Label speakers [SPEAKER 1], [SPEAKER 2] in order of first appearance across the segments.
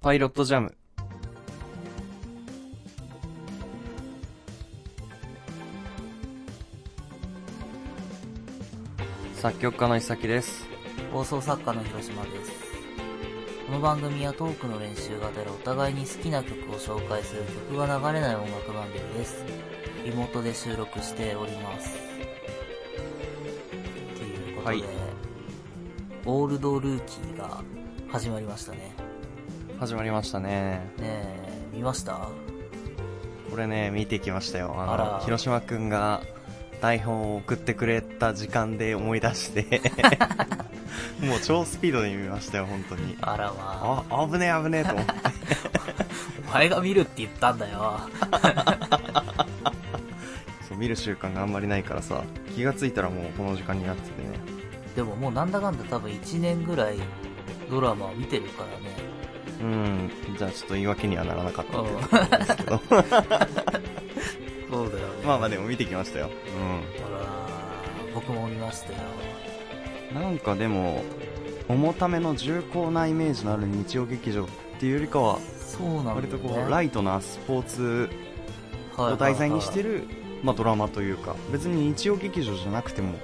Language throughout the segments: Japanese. [SPEAKER 1] パイロットジャム。作曲家の伊崎です。
[SPEAKER 2] 放送作家の広島です。この番組はトークの練習がてらお互いに好きな曲を紹介する曲が流れない音楽番組です。リモートで収録しております。ということで、
[SPEAKER 1] はい
[SPEAKER 2] オールドルーキーが始まりましたね。
[SPEAKER 1] 始まりましたね。
[SPEAKER 2] ねえ、見ました
[SPEAKER 1] これね、見てきましたよ。あの、
[SPEAKER 2] あら
[SPEAKER 1] 広島くんが台本を送ってくれた時間で思い出して、もう超スピードで見ましたよ、本当に。
[SPEAKER 2] あらまあ、
[SPEAKER 1] あ、危ねえ危ねえと思って。
[SPEAKER 2] お前が見るって言ったんだよ。
[SPEAKER 1] そう、見る習慣があんまりないからさ、気がついたらもうこの時間になっててね。
[SPEAKER 2] でももうなんだかんだ多分1年ぐらいドラマを見てるからね。
[SPEAKER 1] うん、じゃあちょっと言い訳にはならなかったっていう
[SPEAKER 2] うん
[SPEAKER 1] ところなんですけど。
[SPEAKER 2] そうだよね
[SPEAKER 1] まあまあでも見てきましたよ。
[SPEAKER 2] ほら僕も見ましたよ
[SPEAKER 1] うん。なんかでも、重ための重厚なイメージのある日曜劇場っていうよりかは、
[SPEAKER 2] そうなん
[SPEAKER 1] 割
[SPEAKER 2] だ
[SPEAKER 1] と
[SPEAKER 2] よ、ね、
[SPEAKER 1] こう、ライトなスポーツを題材にして
[SPEAKER 2] る
[SPEAKER 1] る、まあドラマというか、別に日曜劇場じゃなくてもっ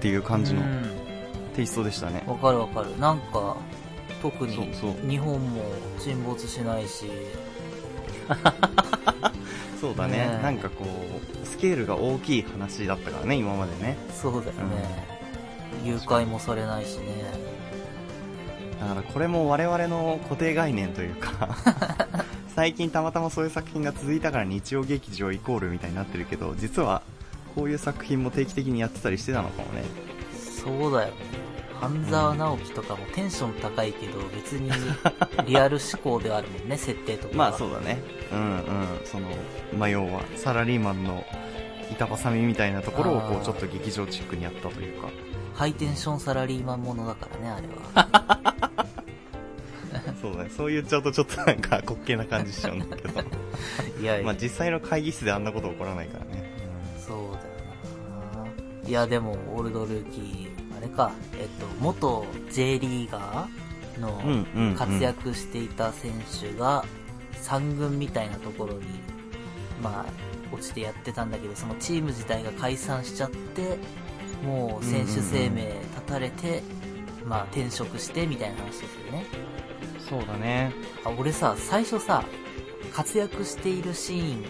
[SPEAKER 1] ていう感じのテイストでしたね。
[SPEAKER 2] わかるわかるなんか特に
[SPEAKER 1] そうそう
[SPEAKER 2] 日本も沈没しないし
[SPEAKER 1] そうだね
[SPEAKER 2] ねえ
[SPEAKER 1] なんかこう、スケールが大きい話だったからね、今までね。
[SPEAKER 2] そうだよね、誘拐もされないしね
[SPEAKER 1] だからこれも我々の固定概念という か最近たまたまそういう作品が続いたから日曜劇場イコールみたいになってるけど実はこういう作品も定期的にやってたりしてたのかもね
[SPEAKER 2] そうだよね半沢直樹とかもテンション高いけど別 にリアル思考ではあるもんね設定とか
[SPEAKER 1] まあそうだねうんうんそのまあ要はサラリーマンの板挟みみたいなところをこう
[SPEAKER 2] あー
[SPEAKER 1] ちょっと劇場チックにやったと いうか
[SPEAKER 2] ハイテンションサラリーマンものだからねあれ は
[SPEAKER 1] そうだねそう言っちゃうとちょっとなんか滑稽な感じしちゃうんだ けど
[SPEAKER 2] いやいや
[SPEAKER 1] まあ実際の会議室であんなこと起こらないからね、
[SPEAKER 2] そうだよな。いや、でも、オールドルーキー、あれか、えっと、元 J リーガー
[SPEAKER 1] うん、
[SPEAKER 2] の
[SPEAKER 1] うんうんうん
[SPEAKER 2] 活躍していた選手が、三軍みたいなところに、まあ、落ちてやってたんだけど、そのチーム自体が解散しちゃって、もう選手生命絶たれて、まあ、転職してみたいな話ですよね。
[SPEAKER 1] そうだね
[SPEAKER 2] あ俺さ最初さ活躍しているシーンで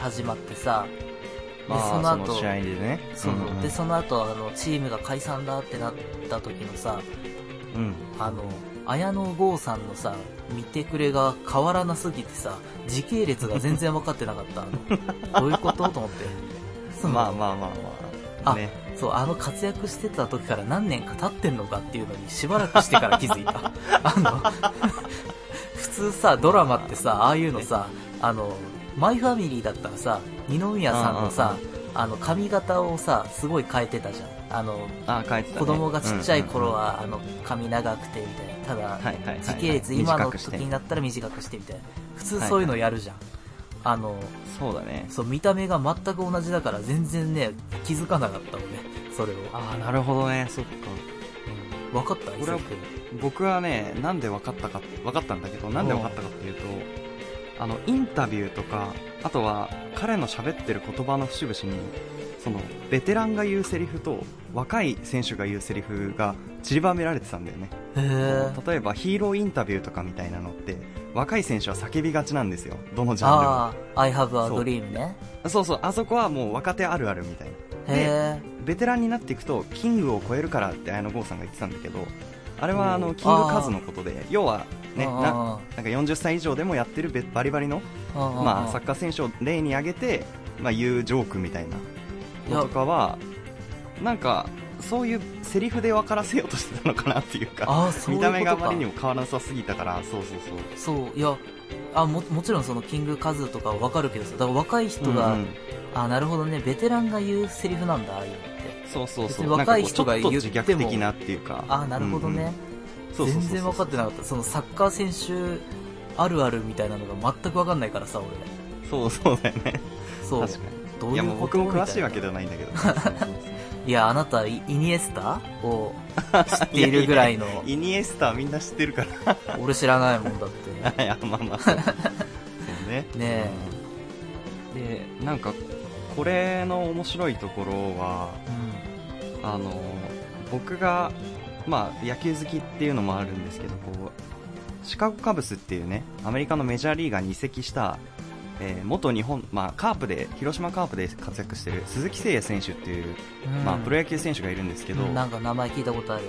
[SPEAKER 2] 始まってさで
[SPEAKER 1] まあ
[SPEAKER 2] その後
[SPEAKER 1] 試合でね
[SPEAKER 2] そう
[SPEAKER 1] うんうん
[SPEAKER 2] でその後あのチームが解散だってなった時のさ
[SPEAKER 1] うん
[SPEAKER 2] あの綾野剛さんのさ見てくれが変わらなすぎてさ時系列が全然分かってなかったあの どういうことと思ってその
[SPEAKER 1] まあまあまあまあ。
[SPEAKER 2] あ
[SPEAKER 1] ね。
[SPEAKER 2] そうあの活躍してた時から何年か経ってんのかっていうのにしばらくしてから気づ いたあの普通さドラマってさああいうのさあのマイファミリーだったらさ二宮さんのさあの髪型をさすごい変えてたじゃんあの
[SPEAKER 1] あ、帰ってた、ね。
[SPEAKER 2] 子供がちっちゃい頃
[SPEAKER 1] は、
[SPEAKER 2] はあの髪長くてみたいなただ
[SPEAKER 1] はいはいはいはい
[SPEAKER 2] 時系列今の
[SPEAKER 1] 短くし
[SPEAKER 2] 時
[SPEAKER 1] て
[SPEAKER 2] になったら短くしてみたいな普通そういうのやるじゃんあの
[SPEAKER 1] そうだね。
[SPEAKER 2] そう見た目が全く同じだから全然ね気づかなかったもんねそれを
[SPEAKER 1] ああ、なるほどね。そっか。
[SPEAKER 2] 分かった伊
[SPEAKER 1] 俺は
[SPEAKER 2] 勢君
[SPEAKER 1] 僕はね、なんで分かったか、分かったんだけど、なんで分かったかっていうと、あの、インタビューとか、あとは、彼の喋ってる言葉の節々に、その、ベテランが言うセリフと、若い選手が言うセリフが散りばめられてたんだよね。
[SPEAKER 2] へえ
[SPEAKER 1] 例えば、ヒーローインタビューとかみたいなのって、若い選手は叫びがちなんですよ。どのジャンルも。
[SPEAKER 2] ああ I have a
[SPEAKER 1] そう
[SPEAKER 2] dream ね
[SPEAKER 1] そうそう、あそこはもう若手あるあるみたいな。
[SPEAKER 2] へえ
[SPEAKER 1] ベテランになっていくと、キングを超えるからって綾野剛さんが言ってたんだけど、あれ
[SPEAKER 2] うん
[SPEAKER 1] はあの、キングカズのことで、要はね、ななん
[SPEAKER 2] あ
[SPEAKER 1] か40歳以上でもやってるべバリバリの、まあ、サッカー選手を例に挙げて、まあ、言うジョークみたいなのとかは、なんか、そういうセリフで分からせようとしてたのかなっていうか、
[SPEAKER 2] あーそういう
[SPEAKER 1] 見
[SPEAKER 2] ことか
[SPEAKER 1] た目があまりにも変わらなさすぎたから、そうそうそう。
[SPEAKER 2] そういやあももちろんそのキングカズとかは分かるけどさだから若い人が、
[SPEAKER 1] うんうん
[SPEAKER 2] あなるほどねベテランが言うセリフなんだああいうのって
[SPEAKER 1] そうそう
[SPEAKER 2] 別
[SPEAKER 1] そ
[SPEAKER 2] に
[SPEAKER 1] う。
[SPEAKER 2] 若い
[SPEAKER 1] なんかこう
[SPEAKER 2] 人が言っても
[SPEAKER 1] ちょっと自虐的なっていうか。
[SPEAKER 2] あなるほどね、
[SPEAKER 1] うんうんそうそうそうそう
[SPEAKER 2] 全然分かってなかったそのサッカー選手あるあるみたいなのが全く分かんないからさ俺
[SPEAKER 1] そうそうだよね。
[SPEAKER 2] そう
[SPEAKER 1] 確かに。
[SPEAKER 2] どう
[SPEAKER 1] い
[SPEAKER 2] い
[SPEAKER 1] や
[SPEAKER 2] う
[SPEAKER 1] もう
[SPEAKER 2] こと
[SPEAKER 1] 僕も詳しいわ
[SPEAKER 2] み
[SPEAKER 1] けではないんだけど。
[SPEAKER 2] たいいや、あなた、イイニエスタ を知っているぐらいの、
[SPEAKER 1] イニエスタみんな知ってるか
[SPEAKER 2] 俺知らないもん だっ
[SPEAKER 1] ら。
[SPEAKER 2] て。
[SPEAKER 1] いや、まあまあ、そうそうね。
[SPEAKER 2] ね
[SPEAKER 1] で、なんか、これの面白いところは、
[SPEAKER 2] え。うん。
[SPEAKER 1] あの、僕が、まあ、野球好きっていうのもあるんですけど、こう、シカゴカブスっていうね、アメリカのメジャーリーガーに移籍した、えー元日本、まあ、カープで、広島カープで活躍してる鈴木誠也選手っていう、
[SPEAKER 2] うん
[SPEAKER 1] まあ、プロ野球選手がいるんですけど、
[SPEAKER 2] うん
[SPEAKER 1] は
[SPEAKER 2] なんか名前聞いたことある。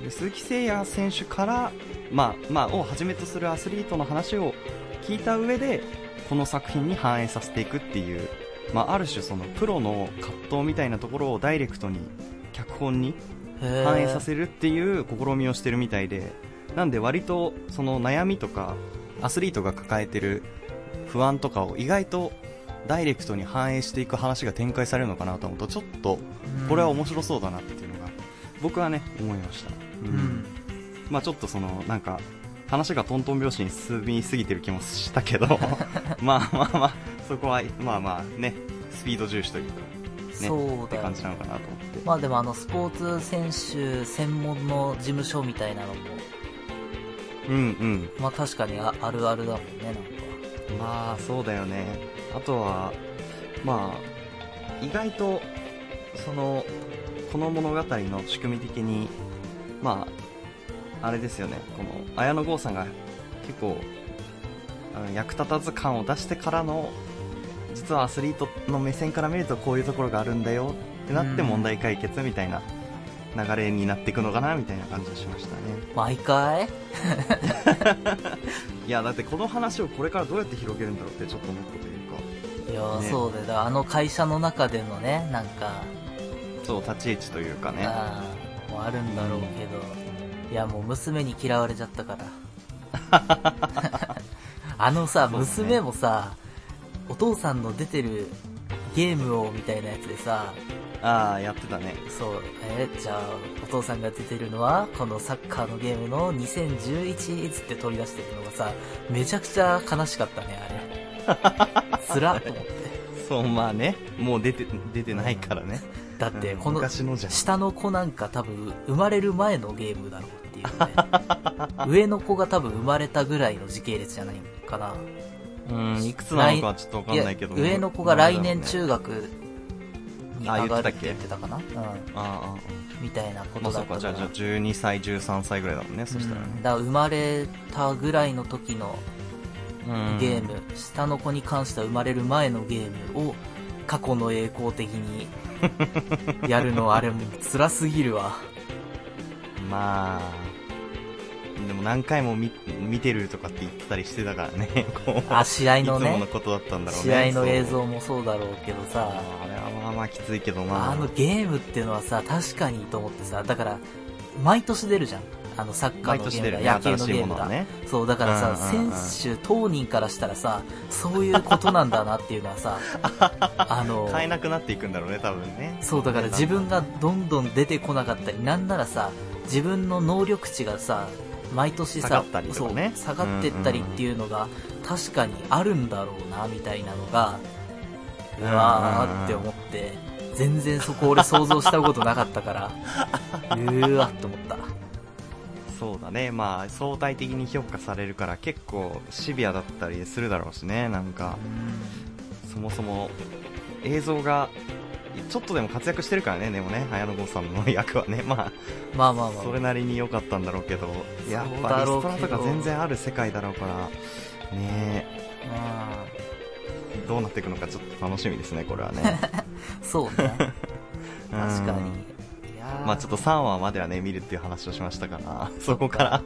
[SPEAKER 1] い、で鈴木誠也選手から、まあ、まあ、をはじめとするアスリートの話を聞いた上で、この作品に反映させていくっていう、まあ、ある種そのプロの葛藤みたいなところをダイレクトに、脚本に
[SPEAKER 2] へえ
[SPEAKER 1] 反映させるっていう試みをしてるみたいで、なんで割とその悩みとか、アスリートが抱えてる不安とかを意外とダイレクトに反映していく話が展開されるのかなと思うと、ちょっとこれは面白そうだなっていうのが、僕はね、思いました。う
[SPEAKER 2] うん。うん。
[SPEAKER 1] まあちょっとその、なんか、話がトントン拍子に進みすぎてる気もしたけど、 まあまあまあ、そこは、まあまあね、スピード重視というか、
[SPEAKER 2] そう
[SPEAKER 1] って
[SPEAKER 2] だよ
[SPEAKER 1] 感
[SPEAKER 2] ね
[SPEAKER 1] じなのかなと思って。
[SPEAKER 2] まあでもあの、スポーツ選手専門の事務所みたいなのも、
[SPEAKER 1] うんうん。
[SPEAKER 2] まあ確かにああるあるだもんね、なんか。
[SPEAKER 1] まあそうだよねあとはまあ意外とそのこの物語の仕組み的にまああれですよねこの綾野剛さんが結構あの役立たず感を出してからの実はアスリートの目線から見るとこういうところがあるんだよってなって
[SPEAKER 2] うん
[SPEAKER 1] 問題解決みたいな流れになっていくのかなみたいな感じがしましたね
[SPEAKER 2] 毎回
[SPEAKER 1] いやだってこの話をこれからどうやって広げるんだろうってちょっと思ったというか
[SPEAKER 2] いやー、
[SPEAKER 1] ね
[SPEAKER 2] そうだよ。だからあの会社の中でのね、なんか、
[SPEAKER 1] そう立ち位置というかね
[SPEAKER 2] あーもうあるんだろうけど、いやもう娘に嫌われちゃったから あの
[SPEAKER 1] そ
[SPEAKER 2] さ、
[SPEAKER 1] うだね
[SPEAKER 2] 娘もさお父さんの出てるゲームをみたいなやつでさ
[SPEAKER 1] ああやってたね
[SPEAKER 2] そうえーじゃあお父さんが出てるのはこのサッカーのゲームの2011っつって取り出してるのがさめちゃくちゃ悲しかったねあ れつらっと思って
[SPEAKER 1] そうまあねもう出て出てないからね
[SPEAKER 2] だって
[SPEAKER 1] うん
[SPEAKER 2] この
[SPEAKER 1] 昔のじゃん
[SPEAKER 2] 下の子なんか多分生まれる前のゲームだろうってい うね上の子が多分生まれたぐらいの時系列じゃないかな
[SPEAKER 1] うんいくつなのかはちょっとわかんないけど
[SPEAKER 2] いや上の子が来年中学に
[SPEAKER 1] あ
[SPEAKER 2] 上
[SPEAKER 1] 言って
[SPEAKER 2] がる
[SPEAKER 1] たっ
[SPEAKER 2] っ
[SPEAKER 1] け
[SPEAKER 2] て言ってたかなう
[SPEAKER 1] ああ
[SPEAKER 2] ん、みたいなこ
[SPEAKER 1] あま
[SPEAKER 2] と
[SPEAKER 1] あそ
[SPEAKER 2] だっ
[SPEAKER 1] うか
[SPEAKER 2] た
[SPEAKER 1] じ
[SPEAKER 2] か
[SPEAKER 1] ゃあ
[SPEAKER 2] ら
[SPEAKER 1] じゃあ12歳13歳ぐらいだもんねそしたら
[SPEAKER 2] うん
[SPEAKER 1] ね
[SPEAKER 2] だから生まれたぐらいの時の
[SPEAKER 1] うん
[SPEAKER 2] ゲーム、下の子に関しては生まれる前のゲームを過去の栄光的に やるのあれも辛すぎるわ
[SPEAKER 1] まあでも何回も見見てるとかって言ってたりしてたからねこう
[SPEAKER 2] あ試合
[SPEAKER 1] いつ
[SPEAKER 2] の
[SPEAKER 1] も
[SPEAKER 2] ね
[SPEAKER 1] のことだったんだろうね
[SPEAKER 2] 試合の映
[SPEAKER 1] そう
[SPEAKER 2] 像もそうだろうけどさ、
[SPEAKER 1] あれはまあまあきついけどな
[SPEAKER 2] あのゲームっていうのはさ、確かにと思ってさ、だから、毎年出るじゃん。あのサッカー
[SPEAKER 1] 毎
[SPEAKER 2] のゲ
[SPEAKER 1] 年出
[SPEAKER 2] ーム
[SPEAKER 1] るね
[SPEAKER 2] だ、野球
[SPEAKER 1] 新
[SPEAKER 2] の
[SPEAKER 1] し
[SPEAKER 2] ゲ
[SPEAKER 1] い
[SPEAKER 2] ー
[SPEAKER 1] も
[SPEAKER 2] ム
[SPEAKER 1] のは
[SPEAKER 2] だ。
[SPEAKER 1] ね
[SPEAKER 2] そう、だからさ、
[SPEAKER 1] うんうん
[SPEAKER 2] 選
[SPEAKER 1] うん
[SPEAKER 2] 手当人からしたらさ、そういうことなんだなっていうの はさ、あの、
[SPEAKER 1] 買えなくなっていくんだろうね多分ね
[SPEAKER 2] そう、だから自分がどんどん出てこなかったり、なんならさ、自分の能力値がさ、毎年
[SPEAKER 1] 下が
[SPEAKER 2] さ
[SPEAKER 1] ったり、と
[SPEAKER 2] そ
[SPEAKER 1] か
[SPEAKER 2] う
[SPEAKER 1] ね、
[SPEAKER 2] 下がってったりっていうのが、確かにあるんだろうな、みたいなのが、うわーって思って、全然そこ俺想像したことなかった から、うーわって思った。
[SPEAKER 1] そうだね、まあ相対的に評価されるから結構シビアだったりするだろうしね、なんか、そもそも映像がちょっとでも活躍してるからね、でもね、綾野剛さんの役はね、ま
[SPEAKER 2] まあまあ
[SPEAKER 1] あ、
[SPEAKER 2] まあ。
[SPEAKER 1] それなりに良かったんだろうけど、やっぱリストラとか全然ある世界だろうから、ね
[SPEAKER 2] う
[SPEAKER 1] えどうなっていくのかちょっと楽しみですね、これは ね。
[SPEAKER 2] んそうね。確 か
[SPEAKER 1] うん
[SPEAKER 2] に。いやー
[SPEAKER 1] まあちょっと3話まではね、見るっていう話をしましたから、 そこから。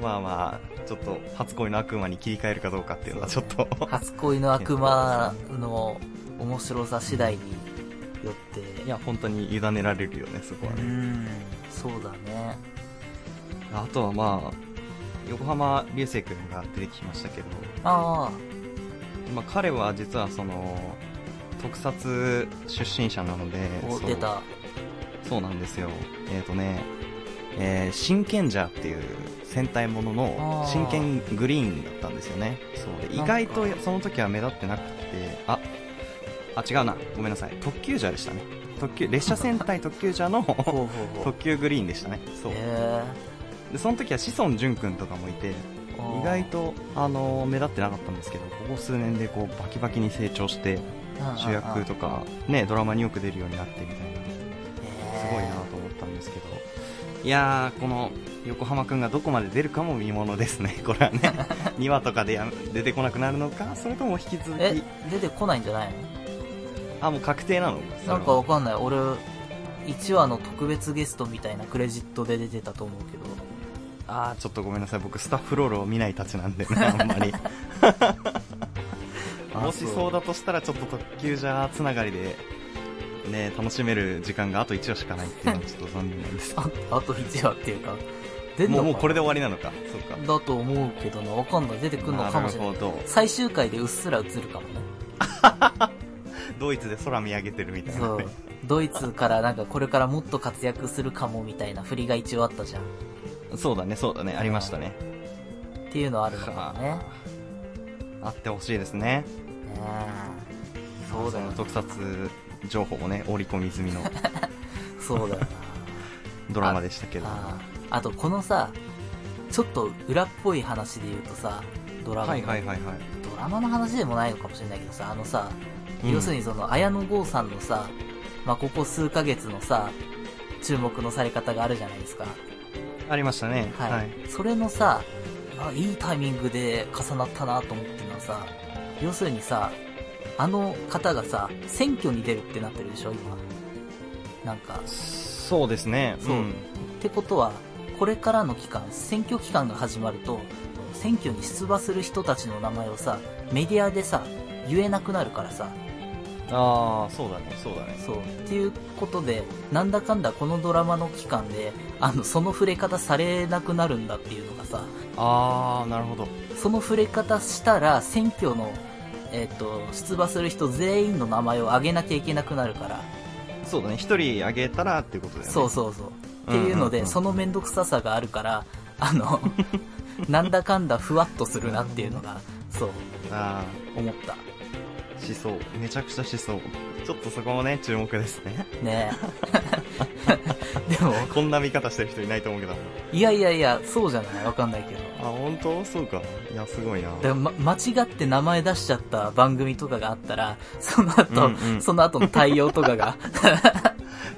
[SPEAKER 1] まあまあ、ちょっと初恋の悪魔に切り替えるかどうかっていうのはちょっと。
[SPEAKER 2] 初恋の悪魔の面白さ次第によって、
[SPEAKER 1] いや、 本当に委ねられるよね、そこは
[SPEAKER 2] う
[SPEAKER 1] ね。
[SPEAKER 2] ん、そうだね。
[SPEAKER 1] あとはまあ、横浜流星くんが出てきましたけど、
[SPEAKER 2] あ
[SPEAKER 1] まあ彼は実はその、特撮出身者なので、
[SPEAKER 2] あ、お
[SPEAKER 1] そう
[SPEAKER 2] 出た。
[SPEAKER 1] そうなんですよ。えっ、とね、えー、真剣ジャーっていう戦隊ものの
[SPEAKER 2] あー
[SPEAKER 1] 真剣グリーンだったんですよね。そうで意外と
[SPEAKER 2] なんか
[SPEAKER 1] その時は目立ってなくて、ああ、違うな。ごめんなさい。特急ジャーでしたね。特急、列車戦 隊特急ジャーの
[SPEAKER 2] ほうほうほう
[SPEAKER 1] 特急グリーンでしたね。そう。
[SPEAKER 2] へ
[SPEAKER 1] で、その時は志尊淳君とかもいて、
[SPEAKER 2] えー
[SPEAKER 1] 意外と、あの目立ってなかったんですけど、ここ数年でこう、バキバキに成長して、主役とか、ね、ドラマによく出るようになってみたいな。すごいなと思ったんですけど。いやー、この、横浜くんがどこまで出るかも見ものですね。 これはね。2話と かでや出てこなくなるのか、それとも引き続
[SPEAKER 2] え
[SPEAKER 1] き、
[SPEAKER 2] 出てこないんじゃないの
[SPEAKER 1] あ、もう確定なのそれ
[SPEAKER 2] な
[SPEAKER 1] は
[SPEAKER 2] んかわかんない。俺、1話の特別ゲストみたいなクレジットで出てたと思うけど。
[SPEAKER 1] あーちょっとごめんなさい僕スタッフロールを見ないたち なんでねあんまり
[SPEAKER 2] あ
[SPEAKER 1] もしそうだとしたらちょっと特急じゃつながりでね楽しめる時間があと1話しかないっていうのはちょっと残念なんですけ
[SPEAKER 2] ああと1話っていうか、出
[SPEAKER 1] ど
[SPEAKER 2] ん
[SPEAKER 1] も
[SPEAKER 2] の
[SPEAKER 1] うもうこれ
[SPEAKER 2] で
[SPEAKER 1] で終わりなのかそうか
[SPEAKER 2] だと思うけどな。わかんない。出てくるのかもしれない。
[SPEAKER 1] るほど
[SPEAKER 2] 最終回でうっすら映るかもね。
[SPEAKER 1] ドイツで空見上げてるみたい
[SPEAKER 2] そ
[SPEAKER 1] な
[SPEAKER 2] う
[SPEAKER 1] ね。
[SPEAKER 2] ドイツからなんかこれからもっと活躍するかもみたいな振りが一応あったじゃん。
[SPEAKER 1] そうだねそうだねありましたね
[SPEAKER 2] っていうのあるのかもね。ね
[SPEAKER 1] あってほしいですね
[SPEAKER 2] えそうだよ
[SPEAKER 1] の
[SPEAKER 2] な。
[SPEAKER 1] 特撮情報もね織り込み済 みの
[SPEAKER 2] そうだよな。
[SPEAKER 1] ドラマでしたけど
[SPEAKER 2] あああとこのさ、ちょっと裏っぽい話で言うとさ、ドラマの、
[SPEAKER 1] はいはいはいはい
[SPEAKER 2] ドラマの話でもないのかもしれないけどさ、あのさ、
[SPEAKER 1] うん
[SPEAKER 2] 要するにその綾野剛さんのさ、まあ、ここ数ヶ月のさ、注目のされ方があるじゃないですか。
[SPEAKER 1] ありましたね
[SPEAKER 2] はい。
[SPEAKER 1] はい
[SPEAKER 2] それのさ、あいいタイミングで重なったなと思ってるのはさ、要するにさ、あの方がさ、選挙に出るってなってるでしょ、今。なんか、
[SPEAKER 1] そうですね
[SPEAKER 2] そうってことは、これからの期間、選挙期間が始まると、選挙に出馬する人たちの名前をさ、メディアでさ、言えなくなるからさ、
[SPEAKER 1] ああそうだねそうだね
[SPEAKER 2] そう。っていうことで、なんだかんだこのドラマの期間で、あの、その触れ方されなくなるんだっていうのがさ、
[SPEAKER 1] ああなるほど
[SPEAKER 2] その触れ方したら、選挙の、えっ、と、出馬する人全員の名前を挙げなきゃいけなくなるから、
[SPEAKER 1] そうだね一人あげたらっていうことだよね
[SPEAKER 2] そうそうそう。っていうので、
[SPEAKER 1] うんうんうん
[SPEAKER 2] その面倒くささがあるから、あの、なんだかんだふわっとするなっていうのが、そう、
[SPEAKER 1] あ
[SPEAKER 2] 思った。
[SPEAKER 1] あしそうめちゃくちゃしそうちょっとそこもね注目ですね
[SPEAKER 2] ねえ。でも、
[SPEAKER 1] こんな見方してる人いないと思うけど
[SPEAKER 2] いやいやいや、そうじゃないわかんないけど。
[SPEAKER 1] あ本当そうかいやすごいな
[SPEAKER 2] でま、間違って名前出しちゃった番組とかがあったら、その後、
[SPEAKER 1] うんうん
[SPEAKER 2] その後の対応とかが、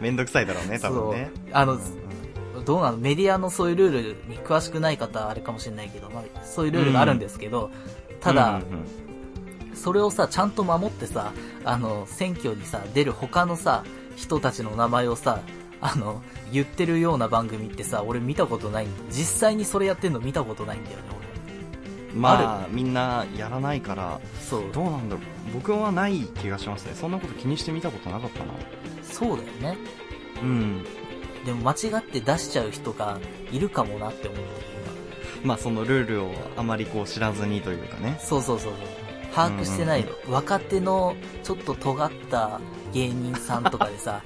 [SPEAKER 1] めんどくさいだろう ね多分ね
[SPEAKER 2] そうあの
[SPEAKER 1] うん
[SPEAKER 2] どうなのメディアのそういうルールに詳しくない方はあれかもしれないけど、まあ、そういうルールがあるんですけど、ただ、
[SPEAKER 1] うんうんうん
[SPEAKER 2] それをさ、ちゃんと守ってさ、あの、選挙にさ、出る他のさ、人たちの名前をさ、あの、言ってるような番組ってさ、俺見たことないんだ実際にそれやってんの見たことないんだよね、
[SPEAKER 1] まあみんなやらないから
[SPEAKER 2] 俺。そう。
[SPEAKER 1] どうなんだろう僕はない気がしますねそんなこと気にしてみたことなかったな
[SPEAKER 2] そうだよね。
[SPEAKER 1] うん
[SPEAKER 2] でも間違って出しちゃう人がいるかもなって思った
[SPEAKER 1] まあそのルールをあまりこう知らずにというかね
[SPEAKER 2] そうそうそうそう。把握してないの。若手のちょっと尖った芸人さんとかでさ、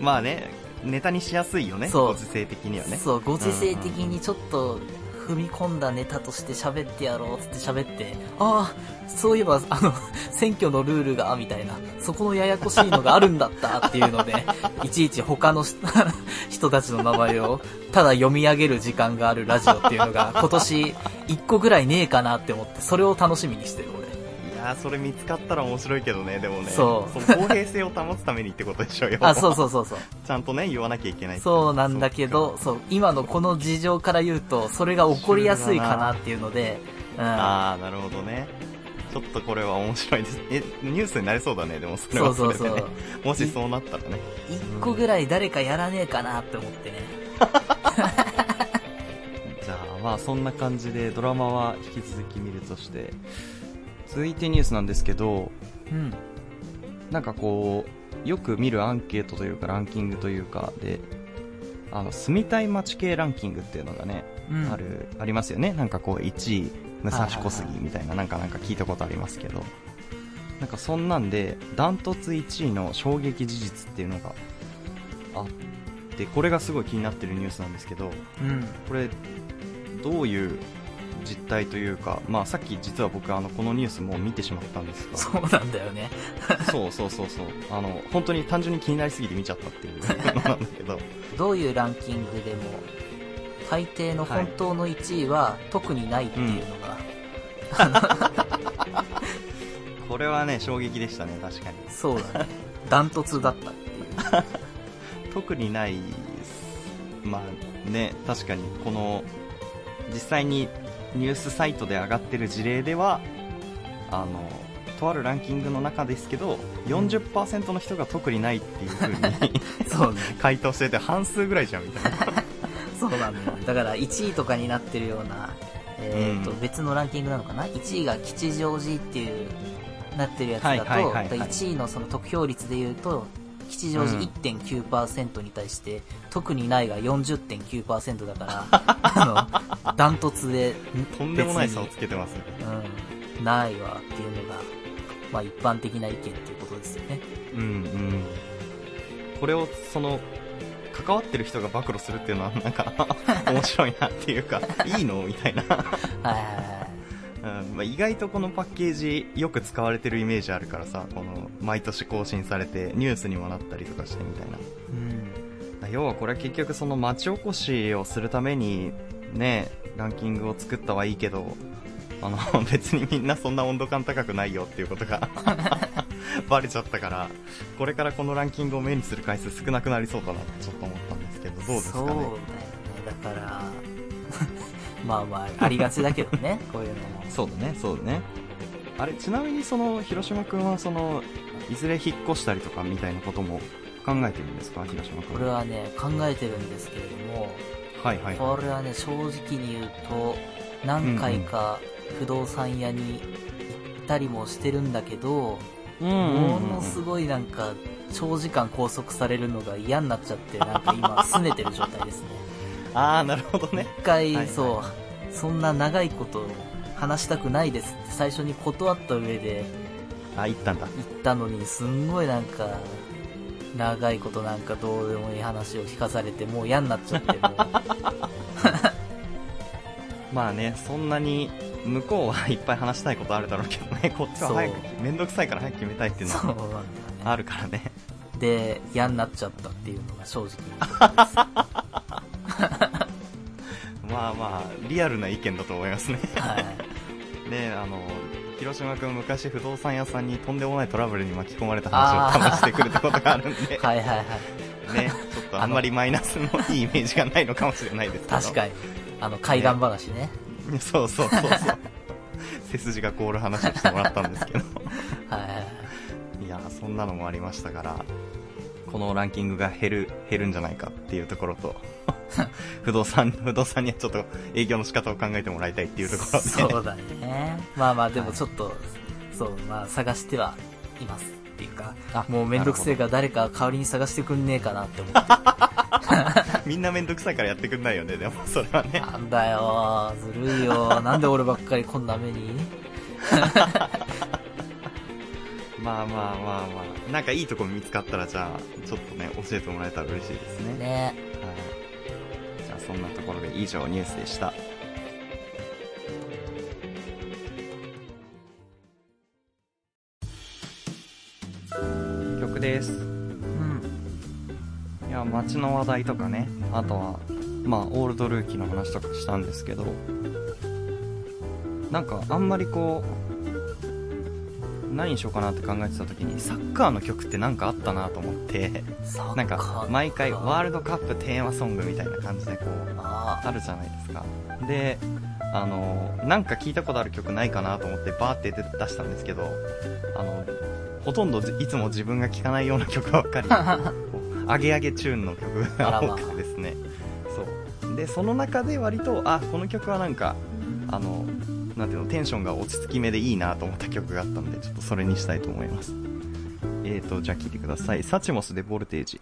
[SPEAKER 1] まあね、ネタにしやすいよね、
[SPEAKER 2] そう
[SPEAKER 1] ご時世的にはね。
[SPEAKER 2] そう、ご時世的にちょっと踏み込んだネタとして喋ってやろうっつって喋って、ああ、そういえば、あの、 選挙のルールが、みたいな、そこのややこしいのがあるんだったってい うので、いちいち他の人 人たちの名前をただ読み上げる時間があるラジオっていうのが、今年一個ぐらいねえかなって思って、それを楽しみにしてる、俺。
[SPEAKER 1] いやー、それ見つかったら面白いけどね、でもね。
[SPEAKER 2] そう
[SPEAKER 1] の公平性を保つためにってことでしょうよ。
[SPEAKER 2] あ、そうそうそうそう。
[SPEAKER 1] ちゃんとね、言わなきゃいけない。
[SPEAKER 2] そうなんだけど、そう、今のこの事情から言うと、それが起こりやすいかなっていうので、うん。
[SPEAKER 1] あー、なるほどね。ちょっとこれは面白いです。え、ニュースになりそうだね、でもそれ
[SPEAKER 2] そ
[SPEAKER 1] は
[SPEAKER 2] うそ
[SPEAKER 1] そうれで
[SPEAKER 2] そ
[SPEAKER 1] ね。
[SPEAKER 2] う。
[SPEAKER 1] もしそうなったらね。
[SPEAKER 2] 一個ぐらい誰かやらねえかなって思ってね。
[SPEAKER 1] じゃあ、まあそんな感じでドラマは引き続き見るとして。続いてニュースなんですけど、
[SPEAKER 2] うん。
[SPEAKER 1] なんかこう、よく見るアンケートというかランキングというかで、あの、住みたい街系ランキングっていうのがね、
[SPEAKER 2] うん。
[SPEAKER 1] あ。る、ありますよね。なんかこう、1位、武蔵小杉みたいな、なんかなんか聞いたことありますけど。なんかそんなんで、ダントツ1位の衝撃事実っていうのがあって、これがすごい気になってるニュースなんですけど、
[SPEAKER 2] うん。
[SPEAKER 1] これ、どういう実態というか、まあ、さっき実は僕あのこのニュースも見てしまったんですが
[SPEAKER 2] そうなんだよね。
[SPEAKER 1] そうそうそうそうあの本当に単純に気になりすぎて見ちゃったっていうのなんだけど
[SPEAKER 2] どういうランキングでも、大抵の本当の1位は特にないっていうのが、
[SPEAKER 1] これはね衝撃でしたね確かに
[SPEAKER 2] そうだね。ダントツだったっていう。
[SPEAKER 1] 特にないまあね確かにこの実際にニュースサイトで上がってる事例ではあのとあるランキングの中ですけど40%の人が特にないっていう風に
[SPEAKER 2] そうね。
[SPEAKER 1] 回答してて半数ぐらいじゃんみたいな
[SPEAKER 2] そうなんだよ。だから1位とかになってるような、えーと、
[SPEAKER 1] うん
[SPEAKER 2] 別のランキングなのかな ?1 位が吉祥寺っていう、なってるやつ
[SPEAKER 1] はい
[SPEAKER 2] だと、
[SPEAKER 1] はいはいはい
[SPEAKER 2] 1位のその得票率で言うと、吉祥寺
[SPEAKER 1] うん
[SPEAKER 2] 1.9%に対して、特にないが40.9%だから、 あの、ダントツで、
[SPEAKER 1] とんでもない
[SPEAKER 2] 別
[SPEAKER 1] 差を
[SPEAKER 2] に
[SPEAKER 1] つけてますね
[SPEAKER 2] うん、ないわっていうのが、まあ一般的な意見っていうことですよね。
[SPEAKER 1] うんうんこれをその関わってる人が暴露するっていうのはなん か面白いなっていうかいいのみたいな
[SPEAKER 2] はいはいはい。
[SPEAKER 1] うんまあ、意外とこのパッケージよく使われてるイメージあるからさこの毎年更新されてニュースにもなったりとかしてみたいな
[SPEAKER 2] うん。
[SPEAKER 1] だ要はこれは結局その町おこしをするためにねランキングを作ったはいいけどあの 別にみんなそんな温度感高くないよっていうことが バレちゃったからこれからこのランキングを目にする回数少なくなりそうだなってちょっと思ったんですけどどうですか
[SPEAKER 2] そうだ
[SPEAKER 1] ね
[SPEAKER 2] よね。だから、 まあまあ、ありがちだけ どね、こういうのも。
[SPEAKER 1] そうだね、そうだね。あれ、ちなみにその、広島くんはその、いずれ引っ越したりとかみたいなことも考えてるんですか、広島くん。
[SPEAKER 2] これはね、考えてるんですけれども、
[SPEAKER 1] はいはい。
[SPEAKER 2] これはね、正直に言うと、何回か不動産屋に行ったりもしてるんだけど、
[SPEAKER 1] うん
[SPEAKER 2] ものすごいなんか、長時間拘束されるのが嫌になっちゃって、なんか今、拗ねてる状態で すね。
[SPEAKER 1] ああ、なるほどね。
[SPEAKER 2] 一
[SPEAKER 1] はいは
[SPEAKER 2] 回、
[SPEAKER 1] い
[SPEAKER 2] そう、そんな長いこと話したくないですって最初に断った上で
[SPEAKER 1] あ、行ったんだ。
[SPEAKER 2] 行ったのに、すんごいなんか、長いことなんかどうでもいい話を聞かされて、もう嫌になっちゃって、 もう
[SPEAKER 1] まあね、そんなに、向こうはいっぱい話したいことあるだろうけど ね、こっちは早
[SPEAKER 2] そ
[SPEAKER 1] く、めんどくさいから早く決めたいっていうの
[SPEAKER 2] そうな
[SPEAKER 1] は
[SPEAKER 2] んだよね。
[SPEAKER 1] あるからね。
[SPEAKER 2] で、嫌になっちゃったっていうのが正直。
[SPEAKER 1] まあまあ、リアルな意見だと思いますね。
[SPEAKER 2] はい。
[SPEAKER 1] ねあの、広島くん昔不動産屋さんにとんでもないトラブルに巻き込まれた話を話してくれたことがあ るんで。
[SPEAKER 2] はいはいはい。
[SPEAKER 1] ね、ちょっとあんまりマイナスのいいイメージがないのかもしれないですけど。
[SPEAKER 2] 確かに。あの、怪談話ね。
[SPEAKER 1] に。 そうそうそうそう。背筋が凍る話をしてもらったんですけど。
[SPEAKER 2] はいはいはい。
[SPEAKER 1] いや、そんなのもありましたから、このランキングが減る、減るんじゃないかっていうところと、 不動産、不動産にはちょっと営業の仕方を考えてもらいたいっていうところで。
[SPEAKER 2] そうだね。まあまあでもちょっと、そう、まあ探してはいますっていうか、もうめんどくせえから誰か代わりに探してくんねえかなって思って。
[SPEAKER 1] みんなめんどくさいからやってくんないよね、でもそれはね。
[SPEAKER 2] なんだよ、ずるいよ。なんで俺ばっかりこんな目に
[SPEAKER 1] まあまあまあまあ、なんかいいとこ見つかったらじゃあ、ちょっとね、教えてもらえたら嬉しいですね。
[SPEAKER 2] ね。
[SPEAKER 1] はい。じゃあそんなところで以上ニュースでした。曲です。
[SPEAKER 2] うん。
[SPEAKER 1] いや、街の話題とかね、あとは、まあ、オールドルーキーの話とかしたんですけど、なんかあんまりこう、何にしようかなって考えてた時に、サッカーの曲ってなんかあったなと思って、
[SPEAKER 2] サッカー
[SPEAKER 1] なんか毎回ワー
[SPEAKER 2] ル
[SPEAKER 1] ルドカップテーマソングみたいな感じでこう
[SPEAKER 2] あ
[SPEAKER 1] あるじゃないですかであのなんか聞いたことある曲ないかなと思ってバーって出出したんですけどあのほとんどいつも自分が聴かないような曲ばっかりこうアゲアゲチューンの曲が多くてですねそうでその中で割とあこの曲はなんかあのなんていうのテンションが落ち着き目でいいなと思った曲があったのでちょっとそれにしたいと思いますえーとじゃあ聴いてください「サチモスでボルテージ」